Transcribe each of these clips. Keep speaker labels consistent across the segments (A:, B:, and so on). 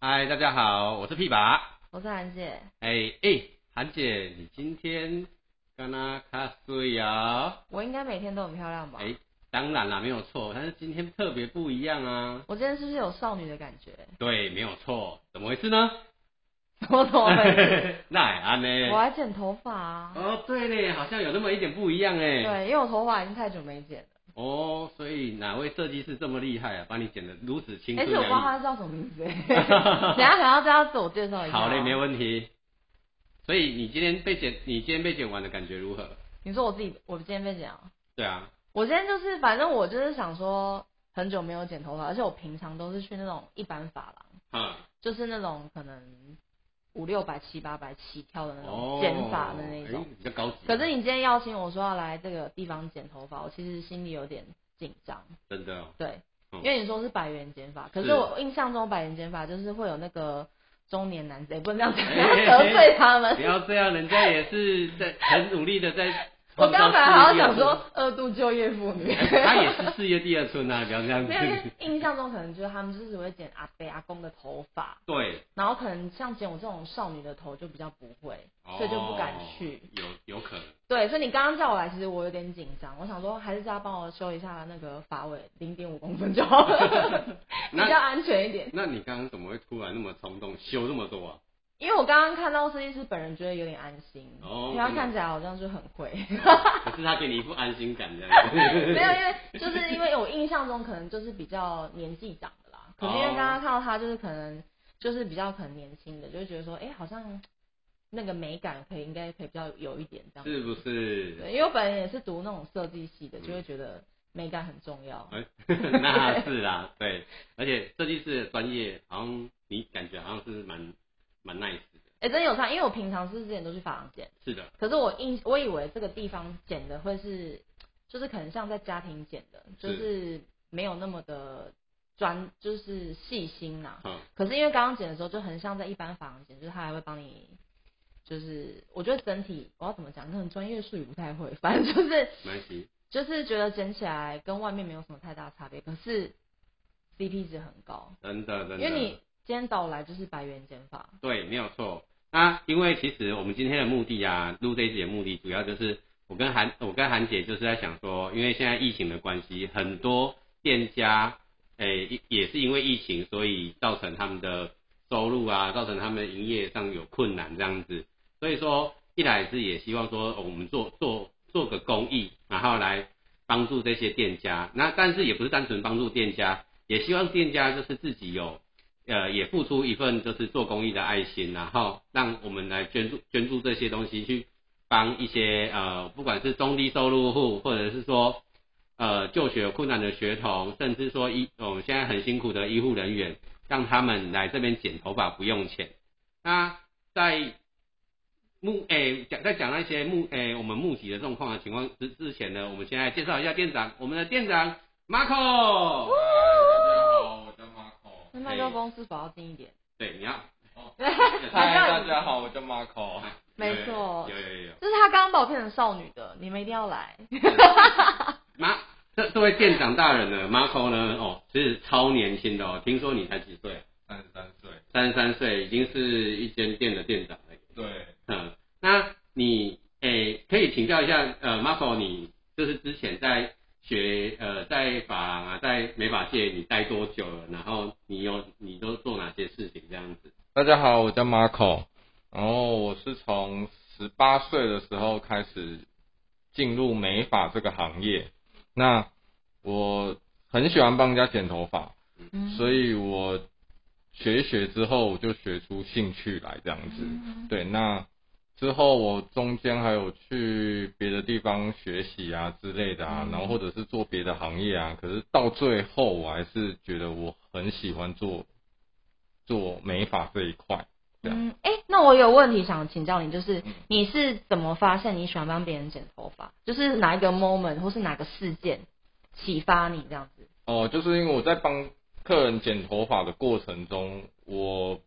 A: 嗨，大家好，我是屁爸。
B: 我是韩姐，
A: 哎哎，韩姐，你今天干啦卡睡呀？
B: 我应该每天都很漂亮吧？
A: 哎，当然啦，没有错，但是今天特别不一样啊。
B: 我今天是不是有少女的感觉？
A: 对，没有错，怎么回事呢？
B: 我怎么回 事？
A: 那也安呢？
B: 我还剪头发啊。
A: 哦，对嘞，好像有那么一点不一样哎。。
B: 对，因为我头发已经太久没剪了。
A: 哦，所以哪位设计师这么厉害啊，把你剪得如此青
B: 哎、
A: 春
B: 这我不知道
A: 洋
B: 她叫什么 名字、欸。等一下可能要叫她自我介绍
A: 溢？
B: 一下。啊
A: 好嘞，没。问题。所以你今天被剪，你今天被剪完的感觉如何？
B: 你说我自己，我今天被剪啊？
A: 对啊，
B: 我今天就是，反正我就是想说，很久没有剪头发，而且我平常都是去那种一般发廊，
A: 嗯，
B: 就是那种可能五六百、七八百起跳的那
A: 哦
B: 种，剪发的那种
A: 哎。比较高级。
B: 可是你今天邀请我说要来这个地方剪头发，我其实心里有点紧张，
A: 真的哦
B: 对，
A: 嗯
B: 因为你说是百元剪发，可
A: 是
B: 是我印象中百元剪发就是会有那个中年男子，也不能这样
A: 哎哎
B: 讲，
A: 哎
B: 得罪他
A: 不
B: 们。。
A: 要这样，人家也是在很努力的在
B: 我刚刚本来好像想
A: 创造
B: 说二度就业妇女，
A: 事业第二 春，哎他也是事业第二春啊，不要这样子
B: 没。有，因为印象中可能就是他们就是只会剪阿伯阿公的头发，
A: 对，
B: 然后可能像剪我这种少女的头就比较不会，所以就不敢去。
A: 哦。有有可能，
B: 对，所以你刚刚叫我来，其实我有点紧张，我想说还是叫他帮我修一下那个发尾零点五公分就好了， 比较
A: 那
B: 安全一点。
A: 那你刚刚怎么会突然那么冲动修那么多 啊？
B: 因为我刚刚看到设计师本人，觉得有点安心，因
A: 哦
B: 为他
A: 真的
B: 看起来好像就很 会。
A: 可是他给你一副安心感这样子。
B: 没有，因为就是因为我印象中可能就是比较年纪长的啦，可是因为
A: 哦
B: 刚刚看到他就是可能就是比较可能年轻的，就会觉得说，哎、好像那个美感可以应该可以比较有一点这样。
A: 是不是？
B: 对，因为我本人也是读那种设计系的，就会觉得美感很重要。
A: 哎 那是啦，对，而且设计师的专业好像你感觉好像是蛮蛮 nice 的，
B: 哎、真的有差，因为我平常是之前都去发廊剪，
A: 是的，
B: 可是我印我以为这个地方剪的会是，就是可能像在家庭剪的，就是没有那么的专，就是细心呐、
A: 嗯，
B: 可是因为刚刚剪的时候就很像在一般发廊剪，就是他还会帮你，就是我觉得整体我要怎么讲，可能专业术语不太会，反正就是
A: 没关系，
B: 就是觉得剪起来跟外面没有什么太大差别，可是 CP 值很高，
A: 真的真的。
B: 因为你今天找我来就是百元剪法，
A: 对，没有错。那因为其实我们今天的目的啊，录这一集的目的主要就是我跟韩，我跟韩姐就是在想说，因为现在疫情的关系，很多店家，诶、也是因为疫情，所以造成他们的收入啊，造成他们营业上有困难这样子。所以说，一来是也希望说，哦我们做做做个公益，然后来帮助这些店家。那但是也不是单纯帮助店家，也希望店家就是自己有呃，也付出一份就是做公益的爱心，然后让我们来捐助捐助这些东西，去帮一些呃，不管是中低收入户，或者是说呃就学有困难的学童，甚至说医我们现在很辛苦的医护人员，让他们来这边剪头发不用钱。那在募诶讲在讲那些募诶我们募集的状况的情况之之前呢，我们先来介绍一下店长，我们的店长 Marco。
C: 大家好，我叫 Marco。
B: 那麦克风是否要近一点？
A: 对，你要
C: 嗨，大家好，我叫 Marco。
B: 没错
A: 有有有有。
B: 就是他刚刚把我骗成少女的，你们一定要来。
A: 马这这位店长大人呢，Marco 呢，哦，其实超年轻的哦，听说你才几岁啊？
C: 三十三岁。
A: 三十三岁，已经是一间店的店长了。
C: 对，
A: 嗯，那你诶、可以请教一下，呃，Marco，你就是之前在学呃，在法郎啊，在美发界你待多久了？然后你有你都做哪些事情这样子？
C: 大家好，我叫 Marco。然后我是从十八岁的时候开始进入美发这个行业。那我很喜欢帮人家剪头发，
B: 嗯
C: 所以我学一学之后，我就学出兴趣来这样子。
B: 嗯
C: 对，啊那之后我中间还有去别的地方学习啊之类的啊，
B: 嗯
C: 然后或者是做别的行业啊，可是到最后我还是觉得我很喜欢做做美发这一块。对啊
B: 嗯，哎、那我有问题想请教你，就是
C: 嗯
B: 你是怎么发现你喜欢帮别人剪头发？就是哪一个 moment 或是哪个事件启发你这样子？
C: 哦，就是因为我在帮客人剪头发的过程中，我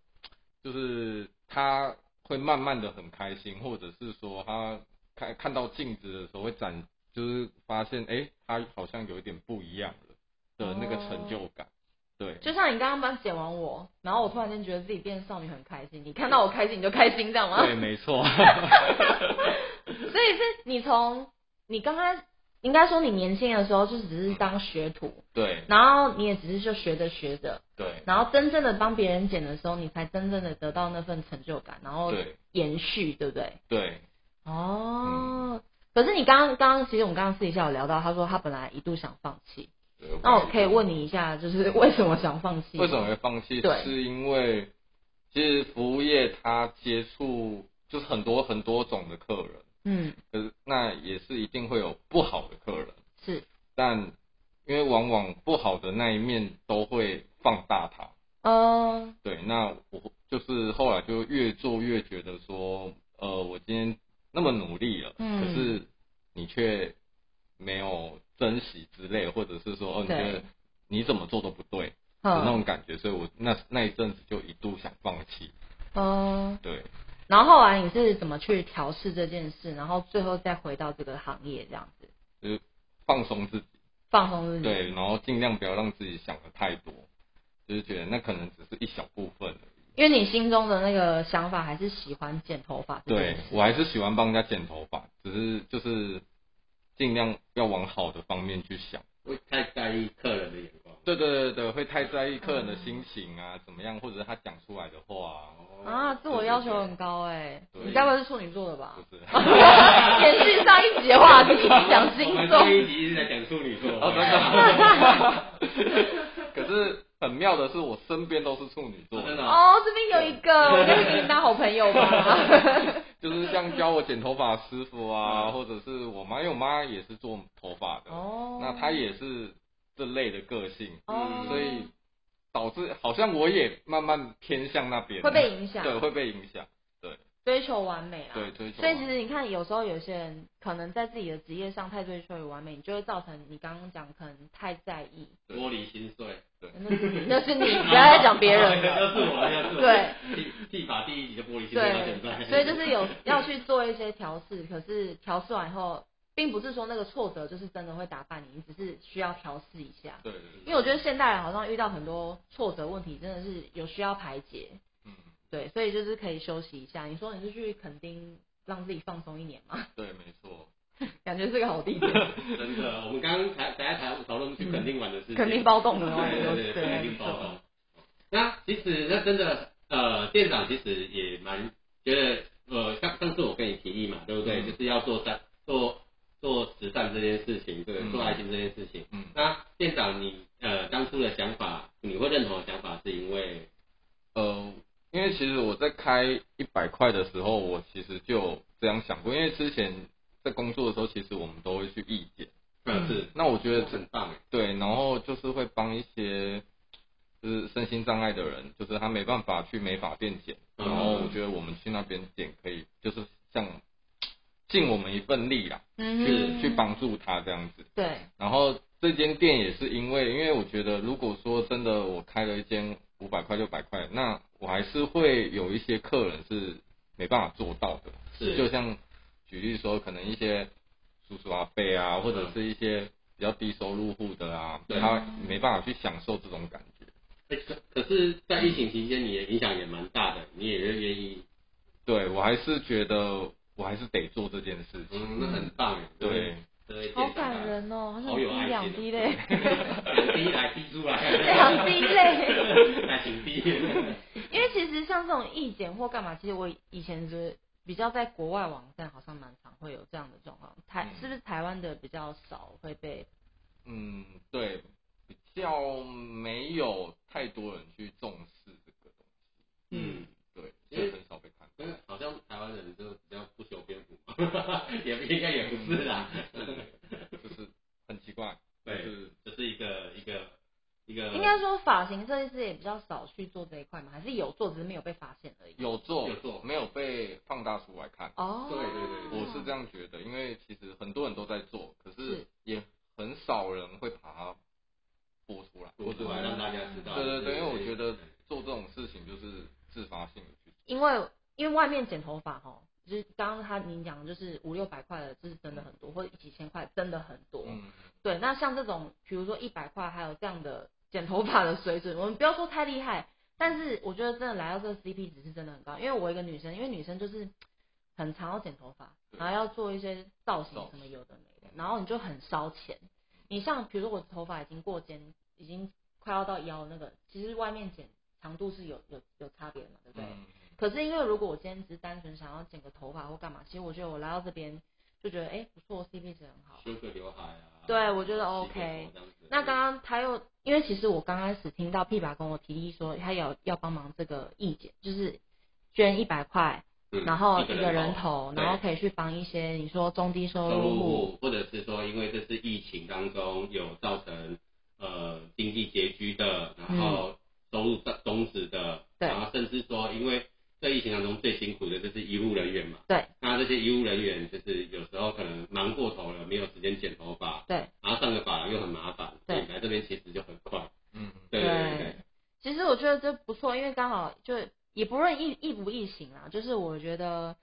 C: 就是他会慢慢的很开心，或者是说他看看到镜子的时候会展，就是发现哎、诶他好像有一点不一样了的那个成就感。对，
B: 就像你刚刚帮剪完我，然后我突然间觉得自己变少女很开心，你看到我开心你就开心，这样吗？
C: 对，没错。
B: 所以是你从你刚开应该说你年轻的时候就只是当学徒，
C: 对
B: 然后你也只是就学着学着，
C: 对
B: 然后真正的帮别人剪的时候，你才真正的得到那份成就感，然后
C: 对
B: 延续，对不对？
C: 对嗯
B: 哦，可是你刚刚刚刚其实我们刚刚私底下有聊到，他说他本来一度想放弃，
C: 对。
B: 那我可以问你一下，就是为什么想放弃？
C: 为什么会放弃？
B: 对
C: 是因为其实服务业它接触就是很多很多种的客人，
B: 嗯，
C: 可是那也是一定会有不好的客人，
B: 是，
C: 但因为往往不好的那一面都会放大它。
B: 呃，
C: 对，那我就是后来就越做越觉得说，呃，我今天那么努力了，
B: 嗯
C: 可是你却没有珍惜之类，或者是说，哦，你觉
B: 对
C: 得你怎么做都不对的那
B: 嗯，
C: 种感觉，所以我那那一阵子就一度想放弃。
B: 呃，
C: 对，
B: 然后后来你是怎么去调试这件事，然后最后再回到这个行业这样子，
C: 放松自己，
B: 放松自己，
C: 对，然后尽量不要让自己想的太多，就是觉得那可能只是一小部分而已。
B: 因为你心中的那个想法还是喜欢剪头发这件
C: 对
B: 事，
C: 我还是喜欢帮人家剪头发，只是就是尽量要往好的方面去想。
A: 会太在意客人的眼光。
C: 对对对对，会太在意客人的心情啊，怎么样，或者是他讲出来的话、
A: 哦
B: 啊，自我要求很高哎、
C: 对
B: 你该不会是处女座的吧
C: 啊，就？ 是。
B: 延续上一集的话题，讲
A: 我
B: 星
A: 们
B: 座
A: 这。一集一直在讲处女座，
C: 哦，真的。可是很妙的是，我身边都是处女 座，
A: 哦真的
B: 哦，这边有一个，我可以给你当好朋友 吧。
C: 就是像教我剪头发的师傅啊，
A: 嗯
C: 或者是我妈，因为我妈也是做头发的，
B: 哦，
C: 那她也是这类的个性，
B: 哦，
C: 所以导致好像我也慢慢偏向那边，
B: 会被影响，
C: 对，会被影响，
B: 追求完美啊。
C: 对，追求。
B: 所以其实你看，有时候有些人可能在自己的职业上太追求完美，你就会造成你刚刚讲可能太在 意，
A: 玻璃心碎。
B: 那是你，那是你，不要再讲别人了。
A: 要是我，要是我。
B: 对
A: 剃，剃发第一集的玻璃心碎到现在。
B: 对，所以就是有要去做一些调试，可是调试完以后，并不是说那个挫折就是真的会打败你，你只是需要调试一下。
C: 对对对，
B: 因为我觉得现代人好像遇到很多挫折问题，真的是有需要排解，
C: 嗯，
B: 对，所以就是可以休息一下。你说你是去垦丁让自己放松一年嘛，
C: 对，没错。
B: 感觉是个好地点，
A: 真的，我们刚刚才才在讨讨论去垦丁玩的事情。
B: 垦丁包动了哦，
A: 对
B: 对，
A: 对对，肯定
B: 没
A: 包
B: 错
A: 容。那其实那真的，呃，店长其实也蛮觉得，呃，上上次我跟你提议嘛，对不对？
C: 嗯
A: 就是要做善做做慈善这件事情，这个
C: 嗯
A: 做爱心这件事情。
C: 嗯
A: 那店长你呃当初的想法，你会认同的想法是因为，
C: 呃，因为其实我在开一百块的时候，我其实就有这样想过，因为之前在工作的时候，其实我们都会去义诊，
A: 嗯，是
C: 那我觉得这
A: 很棒哎，
C: 对，然后就是会帮一些就是身心障碍的人，就是他没办法去美发店剪，
A: 嗯
C: 然后我觉得我们去那边剪可以，就是像尽我们一份力啦，
B: 嗯
C: 去
B: 哼，
C: 去帮助他这样子。
B: 对，
C: 然后这间店也是因为，因为我觉得如果说真的我开了一间五百块六百块，那我还是会有一些客人是没办法做到的。
A: 是
C: 就像举例说，可能一些叔叔阿伯啊，或者是一些比较低收入户的啊，
A: 嗯对
C: 他没办法去享受这种感觉。
A: 欸可可是，在疫情期间，你的影响也蛮大的，你也愿意，
C: 对我还是觉得我还是得做这件事情。
A: 嗯，那很棒哎，
C: 对，
A: 对，
B: 好感 人哦，好想
A: 好有
B: 滴
A: 爱心
B: 两滴泪，
A: 两滴来滴出来，
B: 两滴泪。
A: 来请滴，
C: 嗯
B: 因为其实像这种意见或干嘛，其实我以前就是比较在国外网站好像蛮常会有这样的状况，台、
C: 嗯
B: 是不是台湾的比较少会被
C: 嗯，对，比较没有太多人去重视这个东西。
A: 嗯，
C: 对，
A: 因
C: 所
A: 为
C: 以很少被 看
A: 因
C: 到
A: 为。好像台湾人就比较不修边幅 嘛，也不应该也不是啦，
C: 嗯就是很奇怪，就
A: 对
C: 是
A: 就是一个一个一个，
B: 应该说发型设计师也比较少去做这一块嘛，还是有做，只是没有被发现而已。
C: 有做
A: 有做嗯
C: 没有被放大出来看，
B: 哦，
A: 对对对
C: 我是这
B: 样，
C: 样觉得，因为其实很多人都在做，可
B: 是
C: 是也很少人会把它播出来，
A: 说出来让大家知道，
C: 对对对，因为我觉得做这种事情就是自发性的去
B: 因为因为外面剪头发哈，就是刚刚他您讲的就是五六百块的，就是真的很多，或者几千块真的很多。
C: 做，嗯，
B: 对，那像这种比如说一百块，还有这样的剪头发的水准，我们不要说太厉害，但是我觉得真的来到这个 CP 值是真的很高，因为我一个女生，因为女生就是很常要剪头发，然后要做一些造型什么有的没的，然后你就很烧钱。你像比如说我的头发已经过肩，已经快要到腰那个，其实外面剪长度是有有有差别的嘛，对不对？
C: 嗯，
B: 可是因为如果我今天只是单纯想要剪个头发或干嘛，其实我觉得我来到这边就觉得哎、诶不错，CP 值很好。
A: 修个刘海啊，
B: 对我觉得
A: 洗个
B: OK
A: 头这样子
B: 那刚刚他又，因为其实我刚开始听到屁爸跟我提议说，他有要帮忙这个意见，就是捐一百块，
A: 嗯
B: 然后一
A: 一
B: 个
A: 个
B: 人
A: 人
B: 头，
A: 对
B: 然后可以去帮一些你说中低收
A: 收
B: 入
A: 入
B: 户，
A: 户，或者是说因为这是疫情当中有造成呃经济拮据的，然后收入终止的，
B: 嗯对
A: 然后甚至说因为在疫情当中最辛苦的就是医护人员嘛，
B: 对，
A: 那这些医护人员就是有时候可能忙过头了，没有时间剪头发，
B: 对，
A: 然后上个发廊又很麻烦，
B: 对
A: 所以来这边其实就很快，
C: 嗯，
A: 对对对，
B: 其实我觉得这不错，因为刚好就也不论易易不易行啦，就是我觉得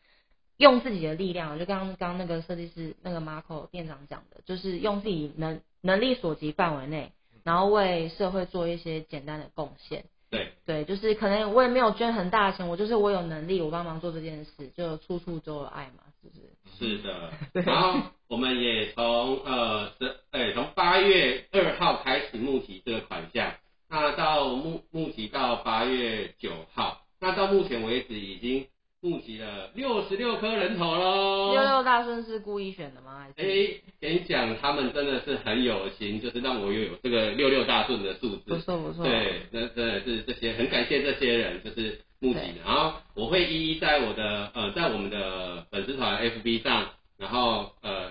B: 用自己的力量，就刚刚刚那个设计师那个 Marco 店长讲的，就是用自己能能力所及范围内，然后为社会做一些简单的贡献。
A: 对
B: 对，就是可能我也没有捐很大的钱，我就是我有能力，我帮忙做这件事，就处处都有爱嘛，是不是？
C: 嗯
A: 是的
B: 对，
A: 然后我们也从呃十，哎，从八月二号开始募集这个款项，那到募募集到八月九号，那到目前为止已经募集了六十六颗人头喽。
B: 六六大顺是故意选的吗？还
A: 哦哎、
B: 是
A: 给你讲，他们真的是很有心，就是让我又有这个六六大顺的数
B: 不
A: 字。
B: 错不错，
A: 对，那真的是这些，很感谢这些人，就是募集的。然后我会一一在我的呃，在我们的粉丝团 FB 上，然后呃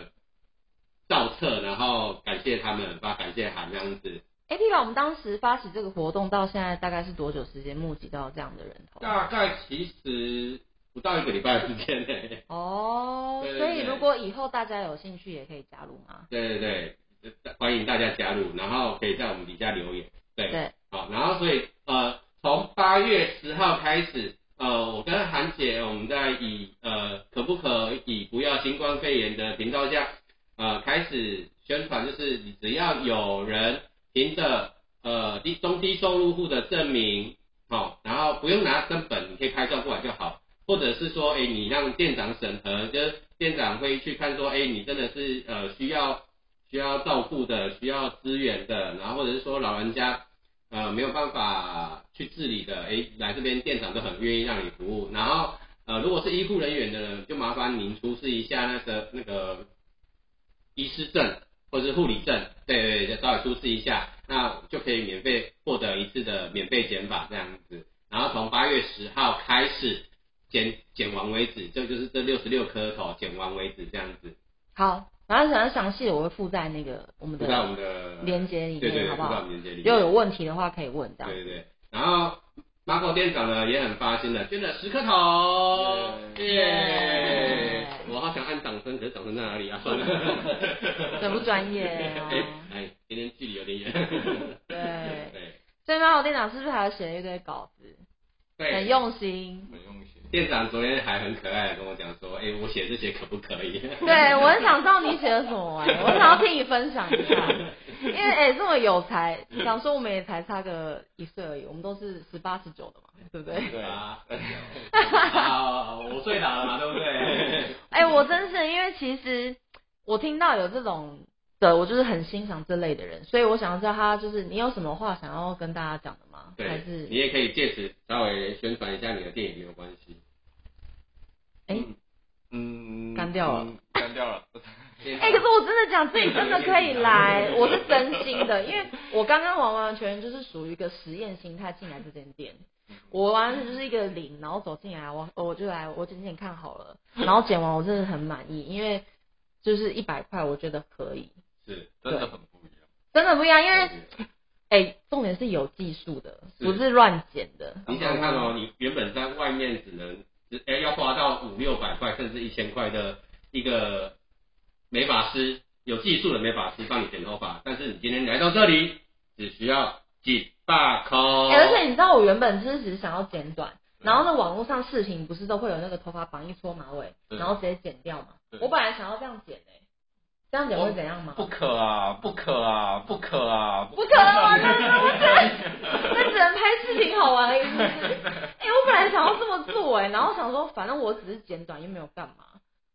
A: 造册，然后感谢他们，发感谢函这样子。
B: 哎，p 吧，我们当时发起这个活动到现在大概是多久时间募集到这样的人头？
A: 大概其实不到一个礼拜的时间呢、
B: 哦，
A: 对对
B: 所以
A: 对
B: 如果以后大家有兴趣也可以加入嘛。
A: 对对对，欢迎大家加入，然后可以在我们底下留言。对，
B: 对，
A: 好，然后所以呃，从八月十号开始，呃，我跟韩姐我们在以呃可不可以不要新冠肺炎的频道下，呃，开始宣传，就是你只要有人凭着呃低中低收入户的证明，好、然后不用拿根本，你可以拍照过来就好，或者是说，哎，你让店长审核，就是店长会去看说，哎，你真的是呃需要需要照顾的，需要资源的，然后或者是说老人家。呃没有办法去治理的，诶，来这边店长都很愿意让你服务。然后呃，如果是医护人员的呢，就麻烦您出示一下那个那个医师证或者是护理证，对对对，稍微出示一下，那就可以免费获得一次的免费减法这样子。然后从八月十号开始减减完为止，这就是这六十六颗头减完为止这样子，
B: 好，然后想要详细的我会附在那个我们
A: 不在
B: 的
A: 我们的
B: 链接里
A: 对对，
B: 面，好
A: 对
B: 不
A: 附在
B: 好？
A: 我们链接里面
B: 又有问题的话可以问这样。
A: 对对对，然后 Marco 店长呢也很发心的捐了十颗头，
C: 耶
A: 耶
B: 耶！
A: 我好想按掌声，可是掌声在哪里啊？算 了，
B: 哦很不专业啊
A: 哎哎，今天距离有点远。
B: 对
A: 对
B: 所以猫头店长是不是还有写了一堆稿子，很
A: 对，
B: 用心？
C: 很用心。
A: 店长昨天还很可爱的跟我讲说，哎，我写这些可不可以？
B: 对，我很想知道你写了什么哎、我想要听你分享一下，因为哎、这么有才，想说我们也才差个一岁而已，我们都是十八十九的嘛，对不对？
C: 对
A: 啊， 好，啊我睡着了嘛，对不对？
B: 哎、我真是因为其实我听到有这种的，我就是很欣赏这类的人，所以我想要知道他就是你有什么话想要跟大家讲的吗？还
A: 对，
B: 是
A: 你也可以借此稍微宣传一下你的电影，没有关系。
B: 哎
C: 嗯，
B: 干掉了
C: 嗯，干 掉了。
B: 哎、可是我真的讲自己真的可以来，我是真心的，因为我刚刚完完全全就是属于一个实验心态进来这间店，我完全就是一个零，然后走进来，我我就来，我剪剪看好了，然后剪完我真的很满意，因为就是一百块我觉得可以，
A: 是
C: 真的很不一样。
B: 真的不一样，因为哎、重点是有技术的，
A: 是
B: 不是乱剪的。
A: 你想想看哦，你原本在外面只能只哎、要花到五六百块甚至一千块的一个美发师，有技术的美发师帮你剪头发，但是你今天来到这里，只需要几把扣。
B: 哎而且你知道我原本就是只是想要剪短，然后呢，网络上视频不是都会有那个头发绑一撮马尾，
C: 对
B: 然后直接剪掉嘛
C: 对。
B: 我本来想要这样剪诶、哎这样讲会怎样吗？
C: 不可啊，不可啊，不可啊！
B: 不可能啊！那那我只能那 只能拍视频好玩而已， 是不是？哎、我本来想要这么做哎、然后想说反正我只是剪短，又没有干嘛，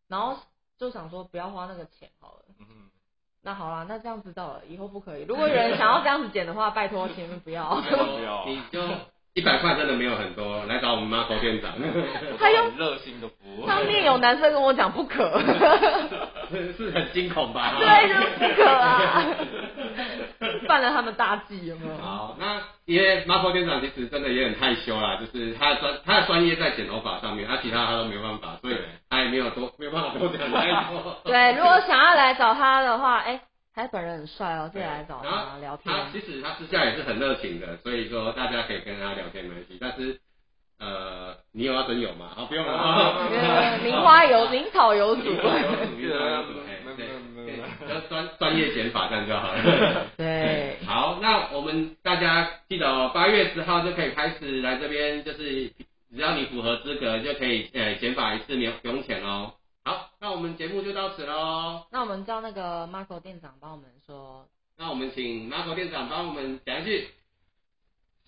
B: 然后就想说不要花那个钱好了。
C: 嗯
B: 那好啦，那这样知道了，以后不可以。如果有人想要这样子剪的话，拜托前面不 要。
C: 要
A: 哎你就一百块真的没有很多，来找我们妈周店长。
B: 他又
C: 很热心的服务，
B: 上面有男生跟我讲不可，
A: 是很惊恐吧？
B: 对，就是不可啊， 犯了他们大忌有没有？
A: 好，那因为 m a 店长其实真的也很害羞啦，就是他的专他的专业在剪头发上面，他其他他都没有办法，所以他也没有多没有办法多讲太多。
B: 对，如果想要来找他的话，哎、他本人很帅哦，就来找
A: 然
B: 他
A: 后
B: 聊天。
A: 他其实他私下也是很热情的，所以说大家可以跟他聊天没关系。但是呃，你有要真有吗？好，哦不用了。
B: 呃，名花有
A: 名
B: 名草有
A: 花
B: 主
A: 有。主，名花有主，哎，对，要专专业剪法这样就好 了。
B: 对，
A: 好，那我们大家记得哦，八月十号就可以开始来这边，就是只要你符合资格就可以呃减法一次，免不用钱哦。好，那我们节目就到此喽。
B: 那我们叫那个 Marco 店长帮我们说，
A: 那我们请 Marco 店长帮我们讲一句。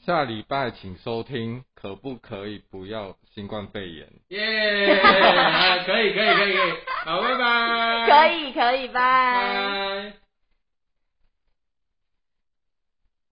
C: 下礼拜请收听，可不可以不要新冠肺炎？
A: 耶、 啊可以可以可以可以，好，拜拜。
B: 可以可以，拜。
A: 拜。